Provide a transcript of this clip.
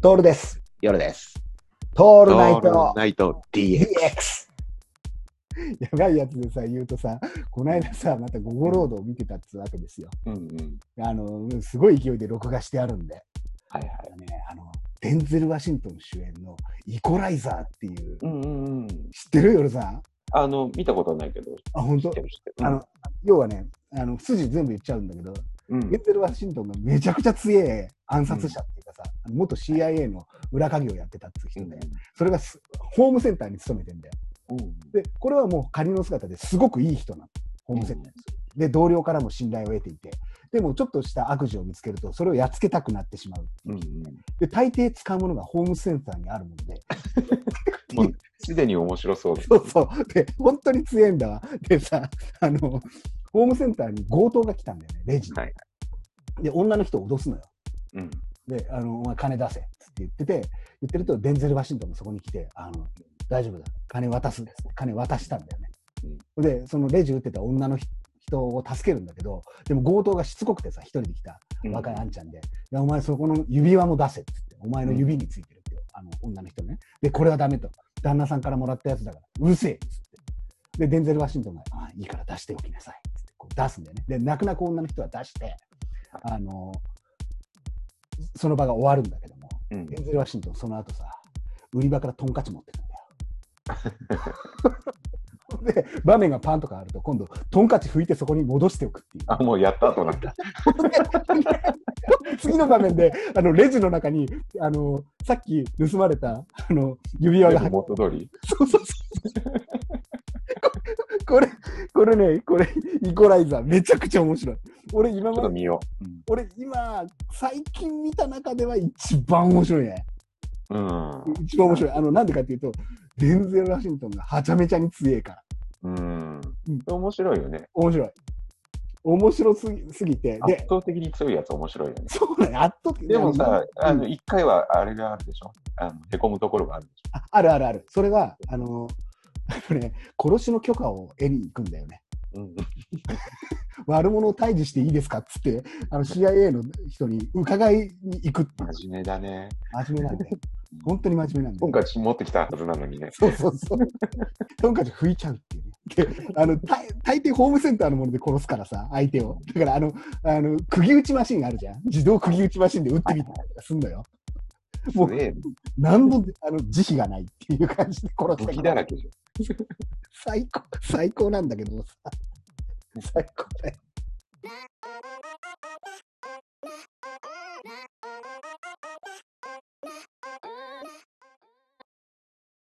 トールです。夜です。トオールナイトナイト DX。DX。やばいやつでさ、言うとさ、この間さ、またゴゴロードを見てたっつうわけですよ。うんうん。あの、すごい勢いで録画してあるんで。はいはい。ね、あの、デンゼル・ワシントン主演のイコライザーっていう、うんうんうん。知ってる夜さん。あの、見たことはないけど、あ、本知当って。る知ってる。あの、要はね、あの、筋全部言っちゃうんだけど、うん、うんデンゼル・ワシントンがめちゃくちゃ強え暗殺者っていうかさ、あの元 CIA の裏鍵をやってたっていう人で、それがすホームセンターに勤めてんだよ。うん。で、これはもう仮の姿ですごくいい人なの、ホームセンターにで、同僚からも信頼を得ていて、でもちょっとした悪事を見つけると、それをやっつけたくなってしまう。うんうん。で、大抵使うものがホームセンターにあるもんで、もう、すでに面白そうです。そうそう、で、本当に強えんだわ。でさ、あの、ホームセンターに強盗が来たんだよね、レジに。はいで、女の人を脅すのよ。うん。で、あの、お前金出せっつって言ってて、言ってるとデンゼル・ワシントンもそこに来て、あの、大丈夫だ、金渡す、金渡したんだよね。で、そのレジ打ってた女の人人を助けるんだけど、でも強盗がしつこくてさ、一人で来たうん若いあんちゃんで、いやお前そこの指輪も出せっつって、お前の指についてるって、あの女の人ね。で、これはダメと。旦那さんからもらったやつだから、うるせえっつって。で、デンゼル・ワシントンが、ああいいから出しておきなさいっつって、こう出すんだよね。で、泣く泣く女の人は出して、あの、その場が終わるんだけども、うんデンゼル・ワシントン、その後さ、売り場からトンカチ持ってくんだよ。 で、場面がパンとかあると、今度、トンカチ拭いてそこに戻しておくっていう。あ、もうやった後なんだ。 次の場面で、あのレジの中に、あのさっき盗まれたあの指輪が入っ元通り。そうそうそう そう。これ、これね、これ、イコライザー、めちゃくちゃ面白い。俺、今ちょっとまで、見よ俺、今、最近見た中では一番面白いね。う。うん。一番面白い。あの、なんでかっていうと、デンゼル・ワシントンがはちゃめちゃに強えから。うん。面白いよね。面白い。面白すぎすぎて、圧で、倒的に強いやつ面白いよね。そうだね、圧倒的でもさ、あうの、一回はあれがあるでしょあの、へこむところがあるでしああるあるある。それは、あの、あのね、殺しの許可を得に行くんだよね。ょうん。悪者を退治していいですかっつって、あの CIA の人に伺いに行くっていう、真面目だね。真面目なんで、本当に真面目なんで。今回持ってきたはずなのにね。そうそうそう。トンカチ拭いちゃうっていうね。で、あの、大大抵ホームセンターのもので殺すからさ、相手を。だから、あの、あの、釘打ちマシンがあるじゃん。自動釘打ちマシンで打ってみたりとかすんのよ。もうすげえ何度、あの、慈悲がないっていう感じで殺した武器かだららけじ最高、最高なんだけどさ。最高だよ。